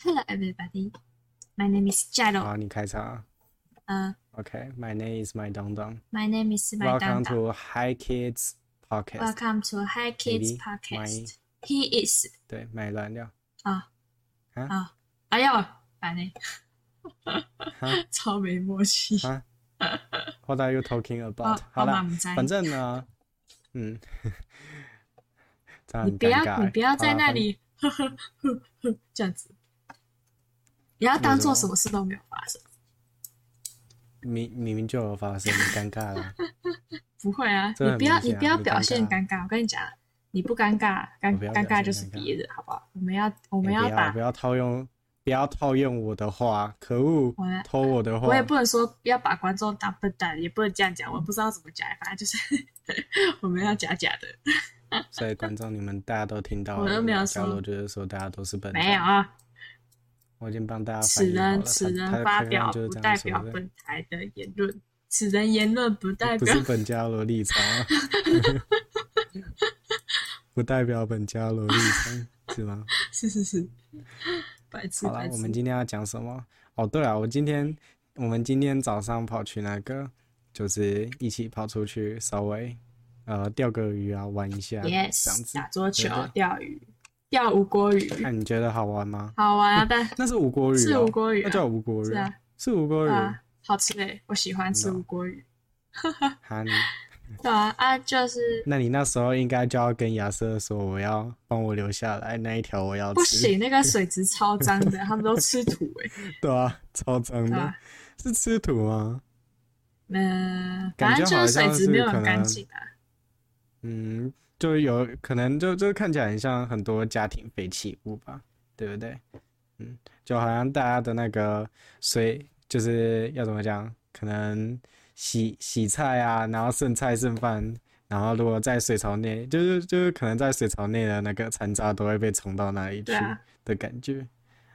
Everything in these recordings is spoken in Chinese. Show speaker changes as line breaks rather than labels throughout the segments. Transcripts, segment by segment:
Hello, everybody. My name is Jello.
好，你开场啊。
Uh,
OK, my name is my Dong Dong.
my name is My
Welcome
Danda.
to Hi Kids Podcast。
Welcome to Hi Kids
Maybe
Podcast. He is
对，买 乱掉。
啊
啊
啊，哎呀，烦嘞，
哈
超没默契。Oh,
啊 What are you talking
我
about？好
我
啦
哦嘛，唔知，
反正呢，嗯， 这样
你
很
不
尴
要
尬。
你不要在
好啦
那。里 呵呵呵呵这样子，你要当做
为什
什
么
么事都没有发生。
反明明明就有 发生，尴尬啦。
不会啊，
这
你
很
不要
明显
你
啊
不要
你
表
尴
现
尬
尴尬。我跟你讲，你不尴尬，尴
我不要
尴
表
尬
现
就是
尴尬
别人，好不好？我们要我
我
们要
不
把
要不要套用，不要套用我的话，可恶
我来，
偷我的话。
我也不能说要把观众当笨蛋，也不能这样讲，我不知道怎么讲，反正就是我们要假假的，
所以观众你们大家都听到了，
我都没有
假
说
如就是说大家都是笨蛋。
没有，啊，
我已经帮大家翻
此
译好了。
人此
他他
人
的
发
开
表
放就是
不
这
代
样说
表
的，
本台的言论，此人言论不代
不
表
是本家罗立场啊， 不代表本家罗立场，是吗？
是是是，白痴
好啦
白，
我们
痴，
今天要讲什么？哦，对了，我今天我们今天早上跑去那个，就是一起跑出去稍微呃钓个鱼啊，玩一下这样
yes，
子
打。桌球
对对、
钓鱼、钓吴锅鱼，
那你觉得好玩吗？
好玩啊，但
那是吴锅鱼、哦，
是吴锅鱼啊
那叫吴锅鱼
是
哦、
啊
是吴锅鱼。
啊，好吃诶，我喜欢吃
真的哦
吴锅鱼，
哈你，
对啊啊，就是
那你那时候应该就要跟亚瑟说，我要帮我留下来那一条，我要吃。
不行，那个水质超脏的，他们都吃土诶，
对啊，超脏
对
的，
吧？
是吃土吗？
嗯，
感
反
觉
正就
好
是水
像
质
是
没有
可
很干
能
净啊。
嗯，就有可能就就看起来很像很多家庭废弃物吧，对不对？嗯，就好像大家的那个水就是要怎么讲，可能洗洗菜啊，然后剩菜剩饭，然后如果在水槽内，就是就是可能在水槽内的那个残渣都会被冲到那里去
对啊
的感觉，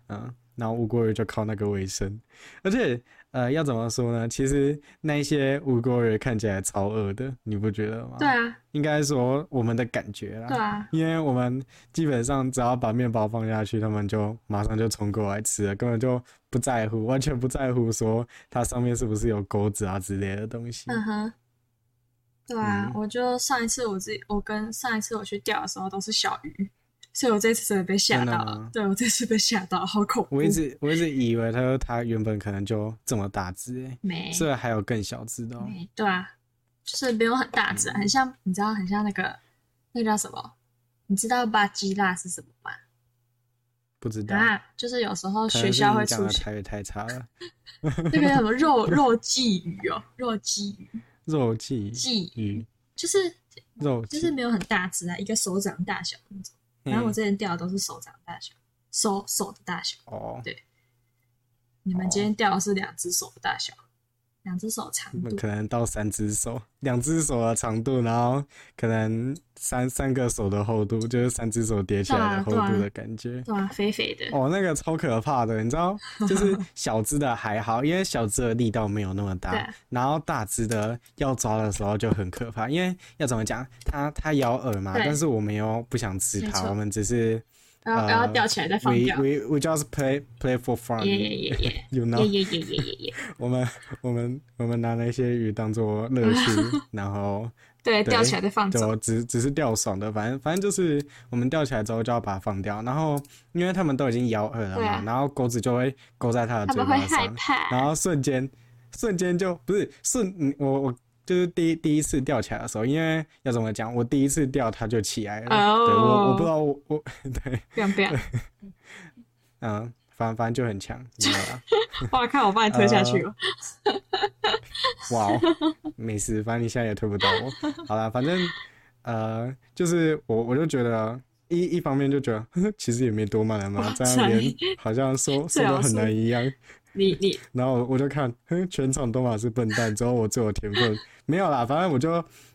嗯，然后乌龟就靠那个为生，而且呃要怎么说呢？其实那一些乌龟看起来超恶的，你不觉得吗？
对啊，
应该说我们的感觉啦。
对啊，
因为我们基本上只要把面包放下去，他们就马上就冲过来吃了，根本就不在乎，完全不在乎说它上面是不是有钩子啊之类的东西。
嗯哼，对啊。
嗯
我就上一次我自己，我跟上一次我去钓的时候都是小鱼，所以我这次真的被吓
真的
到了
吗。
对我这次被吓到，好恐怖。
我一直我一直以为它它原本可能就这么大只、欸，
没
虽然还有更小只的、哦。
没对啊，就是没有很大只啊，很像你知道，很像那个那叫什么？你知道巴基辣是什么吗？
不知道，
啊，就是有时候
可
学
能是
校会
你讲
出
的
现
台语太差了。
那个叫什 么肉肉鲫鱼哦，肉鲫鱼，
肉鲫
鲫鱼
鱼，
就是
肉
就是
鲫，
没有很大只啊，一个手掌大小那种。然后我
嗯
之前钓的都是手掌大小，手手的大小。
哦，
你们
哦
今天钓的是两只手的大小，两只手长
那
度。
可能到三只手，两只手的长度，然后可能三三个手的厚度，就是三只手叠起来的厚
对啊对啊
度的感觉。
对啊，肥肥的。
哦，那个超可怕的，你 知道，就是小只的还好，因为小只的力道没有那么
对
大
啊，
然后大只的要抓的时候就很可怕，因为要怎么讲，它它咬饵嘛，
对
但是我们又不想吃
没
它，
错
我们只是
然后
呃
然后钓起来再放
we
掉。
we we just play play for fun，
耶耶耶耶
you know
耶耶耶耶耶耶！
我们我们我们拿那些鱼当做乐趣， 然后
对，
对
钓起来再 放走。
就只只是钓爽的，反正反正就是我们钓起来之后就要把它放掉，然后因为他们都已经咬饵了
对
嘛，
啊
然后钩子就会勾在它的
他
嘴
们会害
巴上，然
怕。
后瞬间瞬间就不是瞬嗯我我就是第一第一次钓起来的时候，因为要怎么讲，我第一次钓它就起来了，
哦
对我我不知道我我对
不要不要！
嗯，反正反正就很强，没有啦。
哇靠！我把你推下去哦
呃
了。
哇哦， 没事，反正你现在也推不到我。 好啦，反正呃，就是我我就觉得一一方面就觉得呵呵其实也没多嘛了嘛，
哇
在那边
塞
好像说说
最
的
好
很
是
难一样。
你你
然后我我就看，哼，全场都满是笨蛋，只有我最有天分。没有啦，反正我就，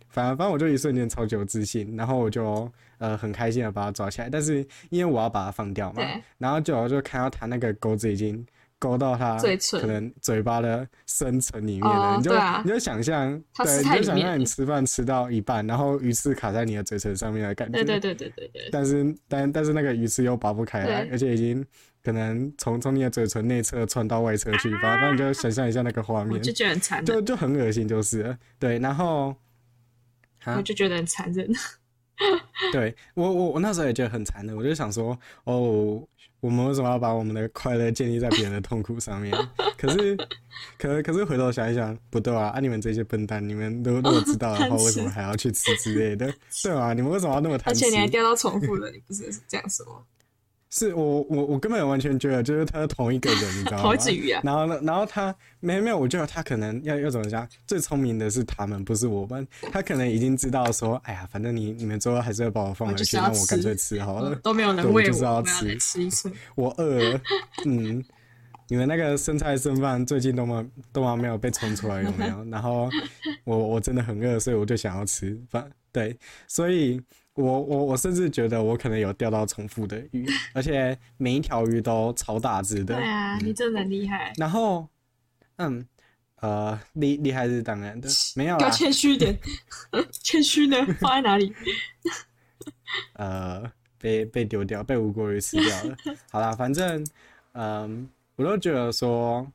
反正反正我就一瞬间超级有自信，然后我就呃很开心的把它抓起来，但是因为我要把它放掉嘛
对，
然后就我就看到它那个钩子已经勾到它
嘴唇
可能嘴巴的深层里面
哦
了，你就、
对啊
你就想象，
它吃
对，
太
你就想
里面
象你吃饭吃到一半，然后鱼刺卡在你的嘴唇上面的感觉，
对对对对对对。
但是但但是那个鱼刺又拔不开来啊
对，
而且已经可能从从你的嘴唇内侧窜到外侧去吧，那你就想象一下那个画
我
面，
就觉得很残
就
忍，
就很恶心，就是了对。然后，啊
我，就觉得很残忍。
对我我我那时候也觉得很残忍，我就想说，哦，我们为什么要把我们的快乐建立在别人的痛苦上面？ 可是，可可是回头想一想，不对啊！啊，你们这些笨蛋，你们如果如果知 道的话，
贪吃
为什么还要去吃之类的？对啊，你们为什么要那么贪
而
吃
且？你还钓到重复的，你不是这样说？
是我我我根本完全觉得就是他是同一个人，你知道吗
好？至于啊，
然后呢，然后他没有没有，我觉得他可能要要怎么讲？最聪明的是他们，不是我们。他可能已经知道说，哎呀，反正你你们最后还是会把我放
我
回
就是
去，
要
那我干
吃
脆吃好了。
都没有人
对我
喂
就是
我，
要
我们要
吃
来吃 一次。
我饿了，嗯，你们那个生菜剩饭最近都没都还没有被冲出来，有没有？然后我我真的很饿，所以我就想要吃饭，对，所以我我我甚至觉得我可能有钓到重复的鱼，而且每一条鱼都超大只的
对，啊，
嗯
你真的很厉 害，
然后嗯呃厉厉害是当然的，没有
要
啦，
谦虚一点， 谦虚 呢放在哪里？
呃被被丢掉，被无国鱼吃 掉了。好啦，反正嗯，我都觉得说，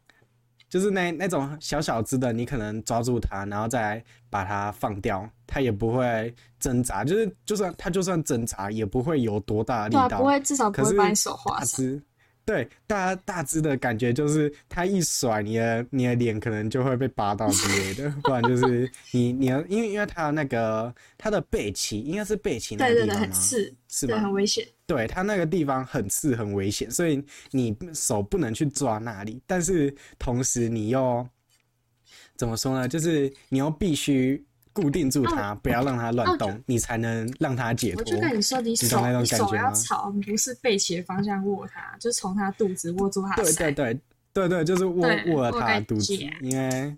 就是那那种小小只的，你可能抓住它，然后再来把它放掉，它也不会挣扎，就是就算它就算挣扎，也不会有多大的力
对啊，
道。
不会，至少不
可
会
是
把你手划
大
伤。
只，对大大只的感觉就是，它一甩你的你的脸，可能就会被拔到之类 的，不然就是你你的，因为因为它的那个它的背鳍应该是背鳍那
对对
个地
对，
方
很
吗？
刺，
是
对，
吧
很？危险。
对，它那个地方很刺很危险，所以你手不能去抓那里，但是同时你又怎么说呢？就是你又必须固定住它，不要让它
哦
乱动，你才能让它解
我
脱
就。跟你说，你
知
手
道那种
你
感
手
觉
要
吗
朝不是背鳍的方向握它，就是从它肚子握住它的
对对
腮。
对对对，就是握
对
握
握
了它
在
的肚子
肩，
因为。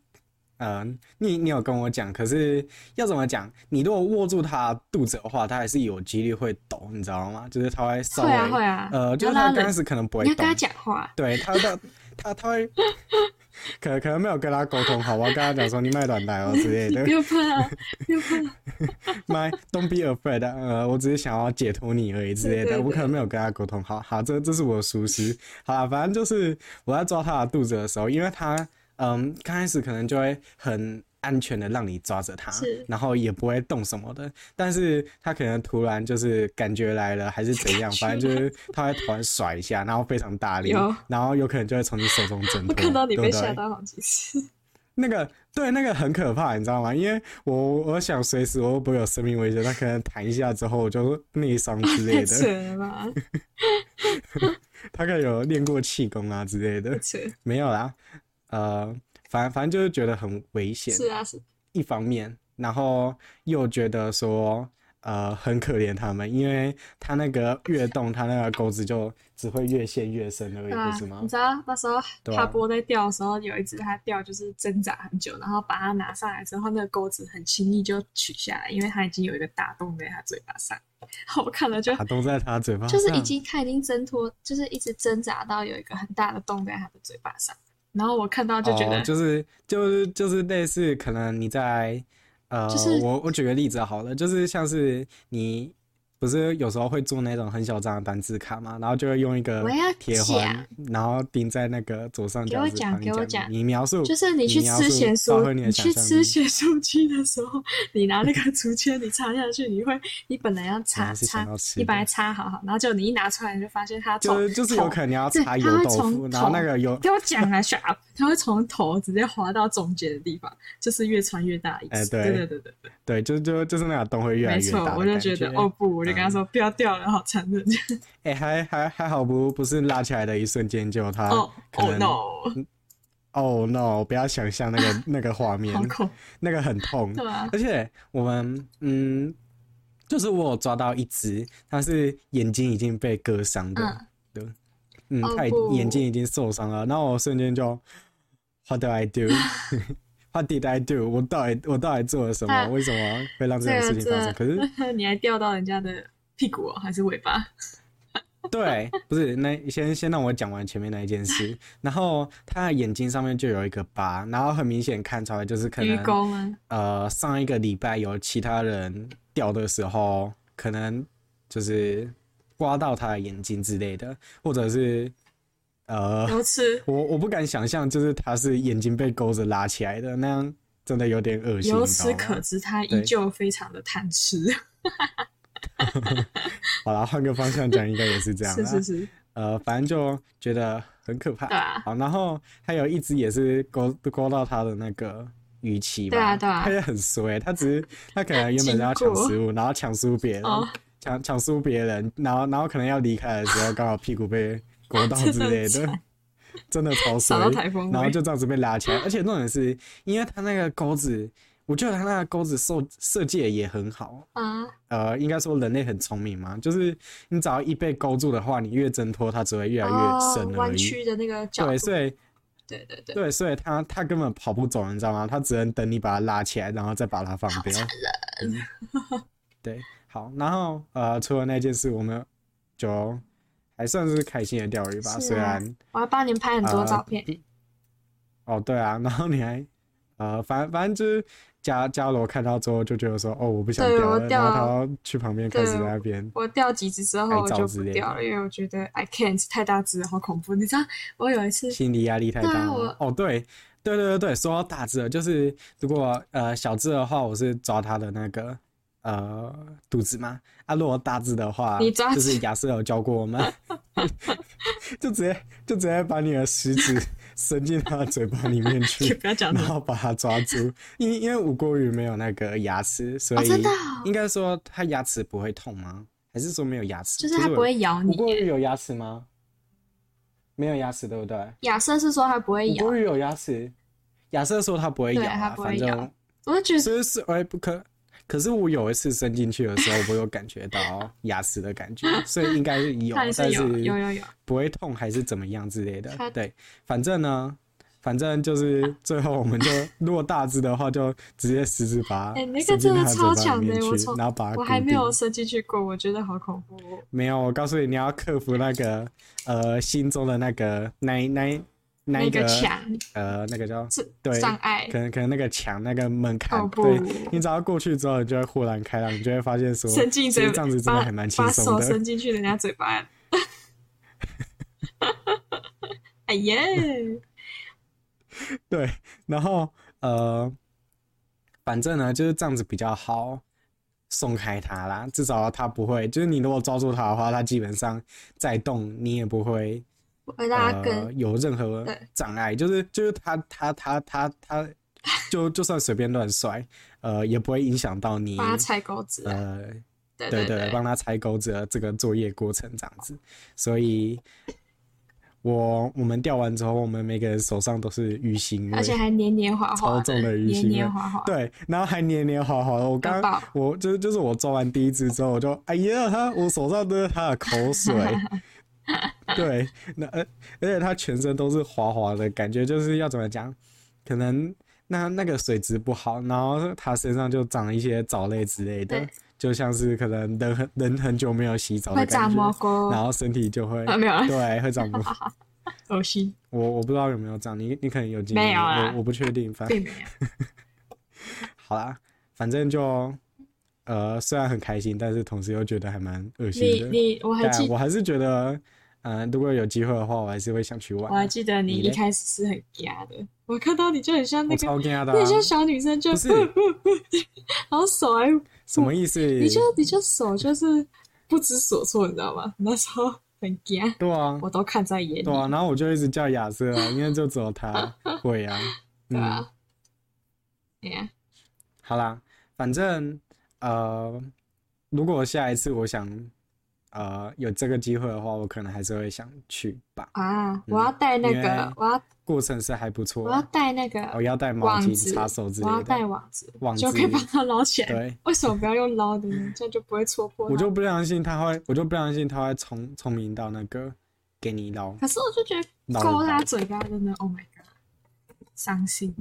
嗯，你你有跟我讲，可是要怎么讲？你如果握住它的肚子的话，它还是有几率会抖，你知道吗？就是它会稍
会
微，
啊会啊，
呃，就是
你要拉
它刚开
人，
始可能不会
你要
动，
跟他讲话，
对他的他他会 可能可能没有跟他沟通好，我跟他讲说你卖软奶哦之类
你
的
不，要怕 啊，不要怕啊，
卖 Don't be afraid，呃，我只是想要解脱你而已之
对
类
对
的，
对
我可能没有跟他沟通好，好，这这是我的疏失，好啦，反正就是我在抓他的肚子的时候，因为他嗯刚开始可能就会很。安全的让你抓着它
是，
然后也不会动什么的。但是他可能突然就是感觉来了，还是怎样，反正就是他会突然甩一下，然后非常大力
有，
然后有可能就会从你手中挣脱。
我看到你
对
被
不对
吓到好几次。
那个对，那个很可怕，你知道吗？因为我我想随时我又不会有生命危险，但可能弹一下之后我就内伤之类
太
的。
扯了吧，
他可能有练过气功啊之类的
太， 扯。
没有啦。呃，反反正就是觉得很危险，
是啊，是
一方面，然后又觉得说呃很可怜他们，因为他那个越动，他那个钩子就只会越陷越深而已，
啊
不是，吗
你？知道那时候
对啊
哈波在钓的时候，有一只它钓就是挣扎很久，然后把它拿上来之后，那个钩子很轻易就取下来，因为它已经有一个大洞在它嘴巴上。 我看了就
打洞在他嘴巴
就是已
上
经它已经挣脱，就是一直挣扎到有一个很大的洞在它的嘴巴上。然后我看到就觉得，
哦、就是就是就是类似，可能你在呃，
就是
我我举个例子好了，就是像是你不是有时候会做那种很小张的单字卡嘛，然后就会用一个
我要啊
铁环，然后钉在那个左上角
给我
是
讲
帮你
给我
讲
讲
你描述，
就是你去
描
吃
述
咸
发
酥，
挥你的想
去
象
吃
力
咸酥鸡的时候，你拿那个竹签，你插下去，你会，你本来要
然
插
后是想
插，
要吃
你
的
本。来插好好，然后就你一拿出来，你就发现它
就
从
是就是有
头
可能你要
对
擦
它
油
会
豆
从
腐，然后那
头
个油
给我讲啊 s h a 它会从头直接滑到中间的地方，就是越穿越大一
哎
次。
对
对对对对对，
对，就就就是那个洞会越来
没
越
错
大，的
我就
感
觉得哦不，我就跟他
嗯
说不要掉了，好残 忍。
哎、还还还好不不是拉起来的一瞬间就它
哦
可
哦
能
no，
Oh no！不要想象那 个那个画面
好，恐
那个很 痛。
对啊，
而且我们嗯，就是我有抓到一只，它是眼睛已经被割伤的，
嗯
对，嗯，
哦
它已
不
眼睛已经受伤了。然后我瞬间就，What do I do? What did I do? 我到底我到底做了什么？
啊
为什么会让这种事情发生？可是
这你还掉到人家的屁股哦还是尾巴？
对，不是那先先让我讲完前面那一件事。然后他的眼睛上面就有一个疤，然后很明显看出来就是可
愚
能。
公啊，
呃，上一个礼拜有其他人掉的时候，可能就是刮到他的眼睛之类的，或者是呃，
然后吃
我我不敢想象，就是他是眼睛被钩子拉起来的那样，真的有点恶心。
由
你知道
此可
吗
知，他依
对
旧非常的贪吃。
好啦，换个方向讲，应该也是这样
是
啦。
是是，
呃，反正就觉得很可怕。
对啊
好，然后还有一只也是勾勾到他的那个鱼鳍嘛，
对啊对啊
他也很衰，他只是他可能原本是要抢
经过
食物，然后抢输别人
哦，
抢抢输别人，然后然后可能要离开的时候，刚好屁股 被勾到之
真的很
类的
惨。
真的 超衰
扫到台风，
然后
尾
就这样子被拉起来，而且重点是因为他那个钩子，我觉得他那个钩子设设计得也很好，
啊，
呃，应该说人类很聪明嘛，就是你只要一被勾住的话，你越挣脱，它只会越来越
哦
深，而
弯
已。
曲的那个角
对，
度，
所以
对对对，
对，所以它它根本跑不走，你知道吗？它只能等你把它拉起来，然后再把它放掉。嗯对，好，然后呃，除了那件事，我们就还算是开心的钓鱼吧，
是啊
虽然
我要帮你拍很多
呃
照片，
哦，对啊， 然后你还呃，反正反正就是加加罗看到之后就觉得说，哦，我不想
对
钓
我
了，
钓
然后他要去旁边开始
对
在那边。
我掉几只之后
拍
我
照
就
之
不
类
掉
的
了，因为我觉得 I can't 太大只了，好恐怖。你知道我有一 次
心理压力太大
对啊
了
我。
哦，对，对对对对，说到大只了，就是如果呃小只的话，我是抓它的那个呃肚子嘛。啊，如果大只的话，
你抓
就是
起
亚瑟有教过我们， 就直接就直接把你的食 指伸进它的嘴巴里面
也
去。
不要讲
然
了，
后把它抓住，因因为五锅鱼没有那个牙齿，所
哦
以
真的哦
应该说它牙齿不会痛吗？还是说没有牙齿？
就是它
我
不会咬
五
你。
锅鱼有牙齿吗？没有牙齿，对不对？
亚瑟是说它不会
你
咬
不，是有牙齿？亚瑟说他不会咬、
对他
啊，
不
反
会咬
正
我就觉得
所以是哎不可。可是我有一次伸进去的时候，我有感觉到牙齿的 感觉，所以应该是有，
它也
但
是有有
是
有有，
不会痛还是怎么样之类的
它。
对，反正呢，反正就是最后我们就如果大只的话，就直接食指把 它
哎那个
伸进
真的
它
超
嘴巴
强
里面
的我
去，
从
然后把它
我还
固
没有
定
伸进去过，我觉得好恐怖哦。
没有，我告诉你，你要克服那个呃心中的那个那一那一那
那
一个
个 墙
呃那个叫
是
对
障碍
可能可能那个墙那个门槛
哦，不
对你只要过去之后，你就会豁然开朗，你就会发现说，
伸进
其实
嘴，
这样子真的
把
还蛮轻
把
松
手
的
伸。进去人家嘴 巴。哎耶！
对，然后呃，反正呢就是这样子比较好松开它啦，至少它不会，就是你如果抓住它的话，它基本上再动你也不会
我会让它
呃、
跟
有任何
对
障碍，就是就是他他他他他 就就算随便乱摔，呃，也不会影响到你
帮它踩钩子啊。
呃，
对
对
对，
帮他拆钩子的这个作业过程这样子。所以，我我们钓完之后，我们每个人手上都是鱼腥味，
而且还黏黏滑滑
超
的，
重的鱼
黏
腥味
黏滑滑。
对，然后还黏黏滑滑的。我刚
很棒
我就是就是我抓完第一只之后，我就哎呀，他我手上都是他的口水。 对，那而而且他全身都是滑滑的感觉，就是要怎么讲？可能那那个水质不好，然后他身上就长了一些藻类之类的
对，
就像是可能人很人很久没有洗澡的
会
感觉，
长蘑菇，
然后身体就会、
啊没有啊
对会长蘑菇。
恶心，
我我不知道有没有这样，你你可能有经
没
验，
有啊
我我不确定，反正
并没有。
好啦，反正就呃，虽然很开心，但是同时又觉得还蛮恶心
你
啊的。
你我还
但
记
我还是觉得，嗯、如果有机会的话，我还是会想去玩
我
的。
还记得你
你嘞
一开始是很嗲的，我看到你就很像那
我
个，
超惊讶的、
那很像
啊，
小女生就，
不是
然后手还
什么意思？
你就你就手就是不知所措，你知道吗？那时候很惊，
对啊，
我都看在眼里
对，啊，然后我就一直叫亚瑟、啊，因为就只有他 会啊。
对
嗯，
吧？哎呀，
好啦，反正呃，如果下一次我想呃有这个机会的话，我可能还是会想去吧。
啊，我要带那
嗯因为
个，我要
过程是还不错
我要
啊，
带那
我
个
要带毛
网
巾、
子
擦手之
我要
类
带
的。
网子
网，
就
子
可以把它捞起来。
对，
为什么不要用捞的呢？这样就不会戳破它。
我就不相信他会，我就不相信他会聪聪明到那个给你捞。
可是我就觉得
脑
勾
袋
他嘴巴真的，Oh my god，伤心。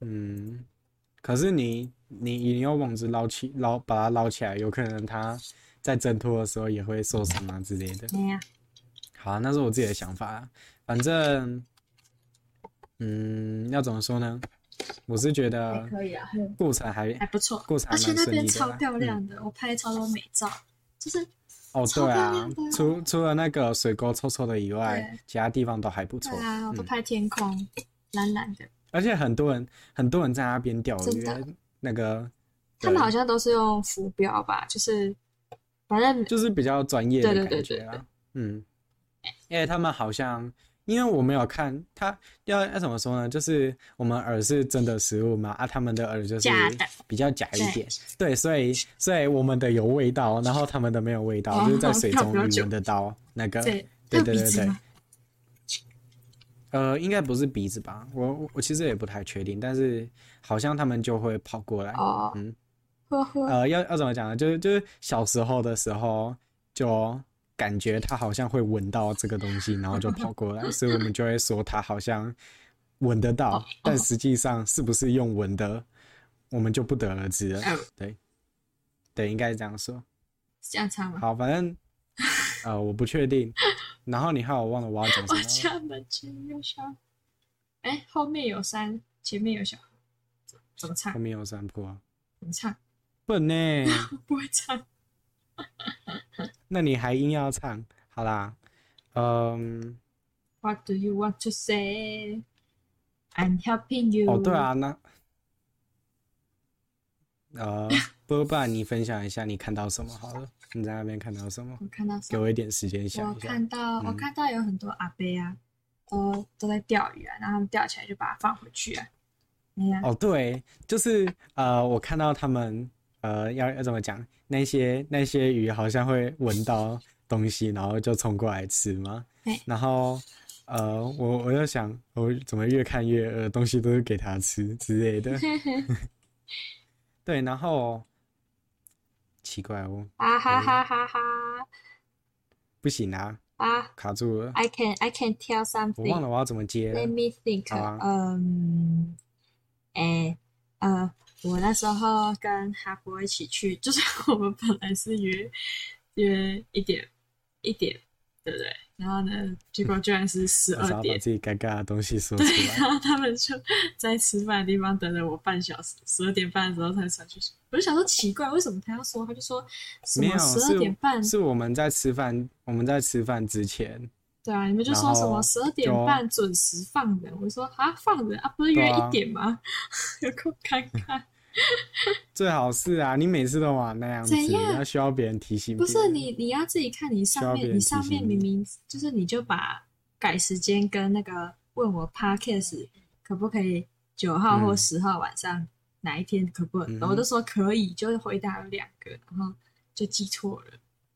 嗯，可是你你你用网子捞起捞把它捞起来，有可能它在挣脱的时候也会受伤啊之类的。
哎呀，
好啊、那是我自己的想法啊。反正，嗯，要怎么说呢？我是觉得
以啊，
过程还
还不错。
过程还
而且
蛮
那
顺利
边
的
超
啦。
漂
嗯
亮的，我拍超多美照，就是呃
哦，
超
对
漂
啊
亮的啊，
除除了那个水沟臭臭的以外
对，
其他地方都还不错。
对啊，我都
嗯
拍天空，蓝蓝的。
而且很多人很多人在那边钓
真
鱼
的，
那个
他们
对
好像都是用浮标吧，就是反正
就是比较专业的
对对
感
对
觉
对对
啊。嗯，因为他们好像，因为我没有看他要要怎么说呢？就是我们饵是真的食物嘛，啊，他们的饵就是
假的
比较假一点，对，所以所以我们的有味道，然后他们的没有味道，
哦
就是在 水
差不
中
多
你
就
闻得到那个，
对，还
对
有
对
鼻
对
子
对
吗？。
呃，应该不是鼻子吧？我我我其实也不太确定，但是好像他们就会跑过来，
哦，
嗯
呵呵，
呃，要要怎么讲呢？就是就是小时候的时候，就感觉它好像会闻到这个东西，然后就跑过 来，所以我们就会说它好像闻得
哦
到，但实际上是不是用闻的，我们就不得而知了。对，对，应该是这样说。
哦是这样唱吗？
好，反正呃，我不确定。然后你还有忘了我要讲
我
什么了？
家门前有小，哎，后面有山，前面有小，怎么唱
后？面有山坡啊，
怎么唱？
笨呢、
我不会唱。
那你还硬要唱？好啦，嗯，
What do you want to say? I'm helping you。
哦，对啊，那呃，波爸，你分享一下你看到什么好了？你在那边看到什么？
我看到
给
什么？
我一点时间
我
想一下。
看到，我
嗯
看到有很多阿伯啊，都都在钓鱼啊，然后他们钓起来就把它放回去啊。哎呀，
哦，对，就是呃，我看到他们呃，要要怎么讲？那些那些鱼好像会闻到东西，然后就冲过来吃嘛
对。
然后呃，我我就想，我怎么越看越饿，东西都是给它吃之类的。 对，然后奇怪哦，
哈啊哈哈哈哈！
不行啊，
啊
卡住了，
，I can I can tell
我忘
something.
了我要怎么接了
Let。me think.
好啊
嗯，哎，呃，我那时候跟哈伯一起去，就是我们本来是约约一点一点，对不对？然后呢，结果居然是十
我想
二
要把
点。
自己尴尬的东西说出来。
然后他们就在吃饭的地方等了我半小时，十二点半的时候才传出去。我就想说奇怪，为什么他要说？他就说 什
没
么
有，
十二点半
是？是我们在吃饭，我们在吃饭之前，
对啊，你们就说什
然
么
后
十二点半准时放人？我就说啊，放人啊，不是约
对啊
一点吗？ 有够尴 尬。
最好是啊，你每次都往那样子，
怎样
要需要别人提醒
不
别人。
是你，你要自己看你上
需要别
面，
人
你
提醒
上面明明就是你就把改时间跟那个问我 podcast 可不可以九号
嗯
或十号晚上哪一天可不可以，
嗯哼
我都说可以，就是回答了两个，然后就记错了。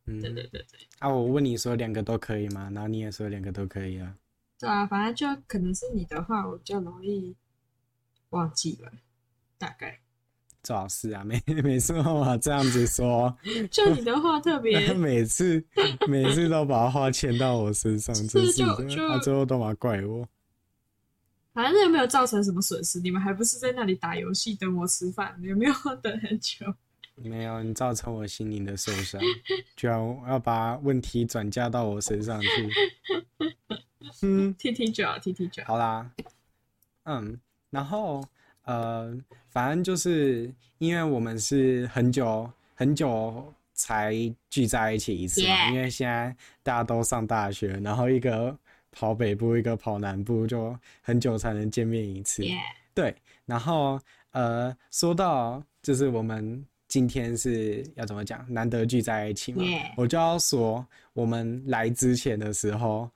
对
嗯
对对对，
啊，我问你说两个都可以吗？然后你也说两个都可以啊。
对啊，反正就可能是你的话，我就容易忘记了，大概
最好是啊， 没没错啊，这样子说，
就你的话特别
每次每次都把话牵到我身上，真
是
是
就
的，啊
就
他、最后都嘛怪我。
反正又没有造成什么损失，你们还不是在那里打游戏等我吃饭？有没有 等很久？
没有，你造成我心灵的受 伤，居然要把问题转嫁到我身 上去。嗯，
听听就好，听听就好。
好啦，嗯，然后呃，反正就是因为我们是很久很久才聚在一起一次嘛
Yeah
因为现在大家都上大学，然后一个跑北部，一个跑南部，就很久才能见面一次。
耶，
对，然后呃，说到就是我们今天是要怎么讲，难得聚在一起嘛
Yeah.
我就要说我们来之前的时候，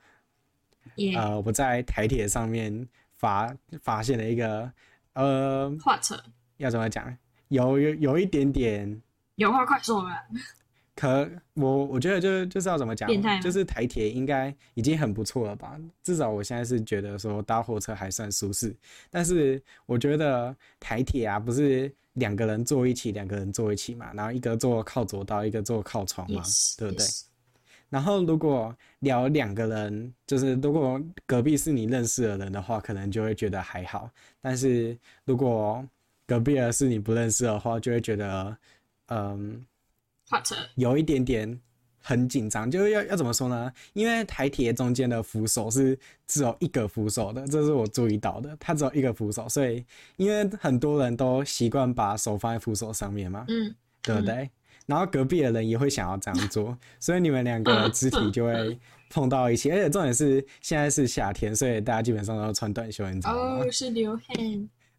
耶，
呃，我在台铁上面发发现了一个，呃，
画扯，
要怎么讲，有有有一点点
有话快说吧。
可我我觉得就就是要怎么讲
变态，吗
就是台铁应该已经很不错了吧？至少我现在是觉得说搭火车还算舒适，但是我觉得台铁啊，不是两个人坐一起，两个人坐一起嘛，然后一个坐靠左道，一个坐靠窗嘛
Yes，
对不对
yes
然后如果聊两个人，就是如果隔壁是你认识的人的话，可能就会觉得还好；但是如果隔壁的是你不认识的话，就会觉得，嗯。
画扯，
有一点点很紧张，就是要要怎么说呢？因为台铁中间的扶手是只有一个扶手的，这是我注意到的，它只有一个扶手，所以因为很多人都习惯把手放在扶手上面嘛，
嗯，
对不对？然后隔壁的人也会想要这样 做，所以你们两个肢体就会碰到一起。而且重点是现在是夏天，所以大家基本上都要穿短袖，你知道吗？
哦，是流汗，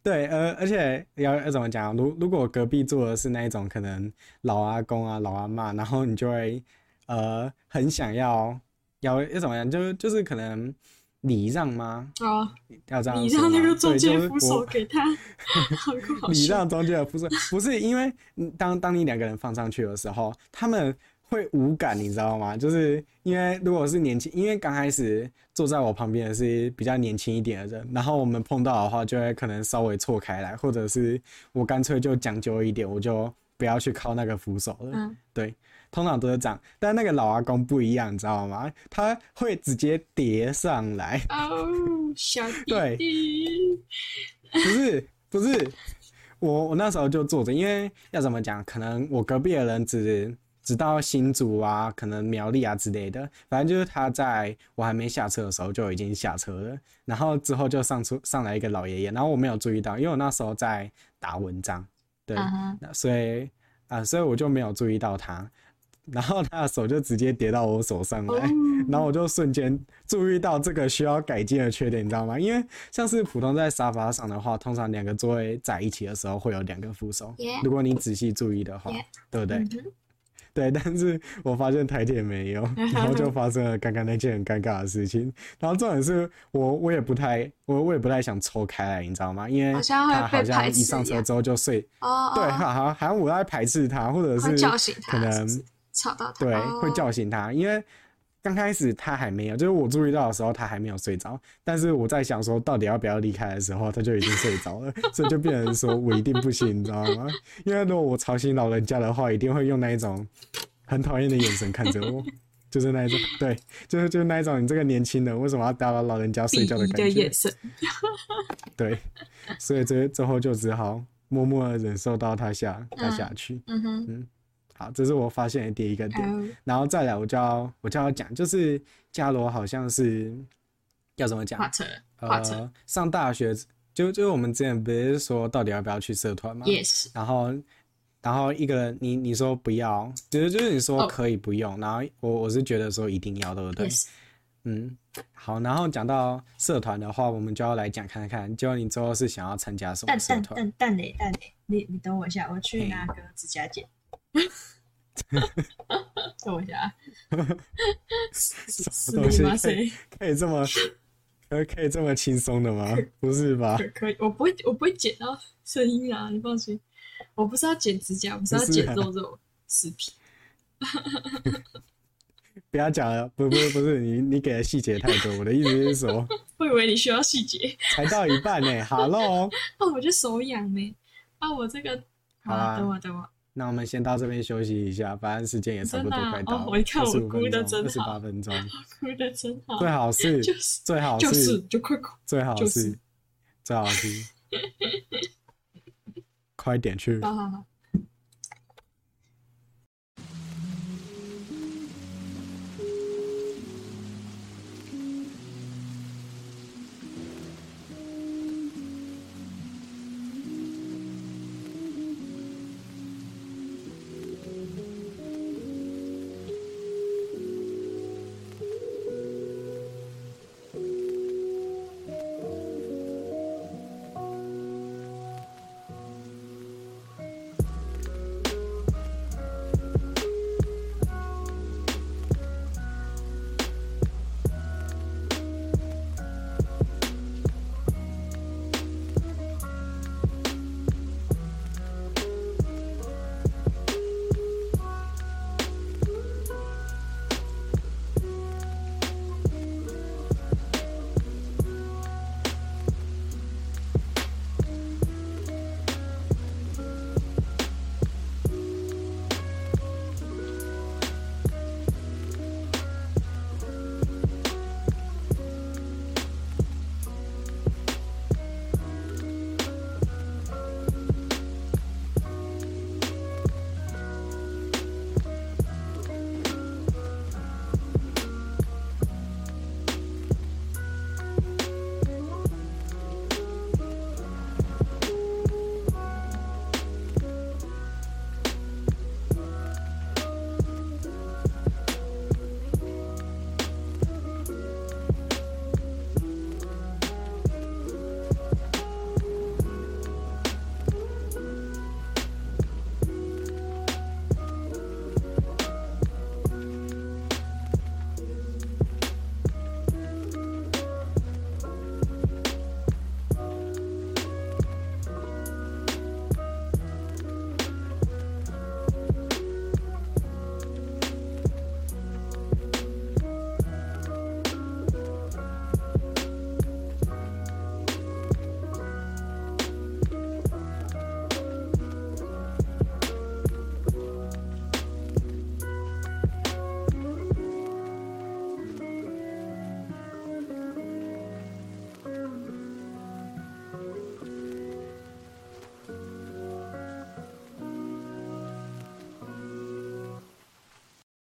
对，呃，而且要要怎么讲？啊如如果隔壁坐的是那一种可能老阿公啊、老阿嬷，然后你就会呃很想要要要怎么样？就就是可能礼让吗？
哦，
要这样
你
说
让那
吗
个中
对就
介
啊是
扶手
我
给 他，好不好
你
笑？
让中间的不是不是因为嗯当当你两个人放上去的时候，他们会无感，你知道吗？就是因为如果是年轻，因为刚开始坐在我旁边的是比较年轻一点的人，然后我们碰到的话，就会可能稍微错开来，或者是我干脆就讲究一点，我就不要去靠那个扶手了。
嗯，
对，通常都是这样，但那个老阿公不一样，你知道吗？他会直接叠上来。
哦，小弟
对
弟，
不是不是，我我那时候就坐着，因为要怎么讲，可能我隔壁的人只只到新竹啊，可能苗栗啊之类的，反正就是他在我还没下车的时候就已经下车了，然后之后就上出上来一个老爷爷，然后我没有注意到，因为我那时候在打文章，对，
啊哈，
那所以啊、所以我就没有注意到他，然后他的手就直接跌到我手上
哦
来。，然后我就瞬间注意到这个需要改进的缺点，你知道吗？因为像是普通在沙发上的话，通常两个座位在一起的时候会有两个扶手
Yeah
如果你仔细注意的话
Yeah
对不对？
嗯哼
对，但是我发现台铁 没有，然后就发生了刚刚那件很尴尬的事情。然后重点是我我也不太我我也不太想抽开来，你知道吗？因为
好像会
他好
被
像
排斥
一上
一
车
样
之后就睡，
哦，
对，
哦
好好好像我在排斥他，或者
会
是
叫醒他，
可
是
能
不是吵到他，
对，
哦
会叫醒他，因为刚开始他还没有，就是我注意到的时候他还没有睡着，但是我在想说到底要不要离开的时候，他就已经睡着了，所以就变成说我一定不行，你知道吗？因为如果我吵醒老人家的话，一定会用那一种很讨厌的眼神看着我。就是那一种，对，就是就是那一种，你这个年轻人为什么要打扰老人家睡觉
鄙夷
感
E 的
觉
眼？神，
对，所以最最后就只好默默的忍受到他下他下去。
嗯哼，
好，这是我发现的第一个点。
哦
然后再来我就要我就要讲，就是伽罗好像是要怎么讲
画？车，画车
呃，上大学就就我们之前不是说到底要不要去社团嘛？
，yes，
然后然后一个人你你说不要，就是就是你说
哦
可以不用，然后我我是觉得说一定要，对不对
yes，
嗯，好。然后讲到社团的话，我们就要来讲看看，就你之后是想要参加什么
蛋
社
蛋
团？
蛋蛋嘞蛋嘞，你你等我一下，我去拿个指甲剪。 等我一 下啊，
什
什
么东西可
谁
以可以这么可可以这么轻松的吗？不是吧？
可可以，我不会我不会剪到声音啊，你放心，我不是要剪指甲，我是要
不是
剪
啊
肉肉视频。
不要讲了，不不不是你你给的细节太多，我的意思是 说，
我以为你需要细节，
才到一半呢、哈喽，
那我就手痒呢。啊，我这个，
好啊
等我等我，
那我们先到这边休息一下，反正时间也差不多
真的啊
快到
哦我一看我
十五
估
分
得
钟，
真
二十
好
八分钟，
哭的真好，
最好是
就是
最好
就是就快哭，
最好
就是是
最好是，快点去
好好好，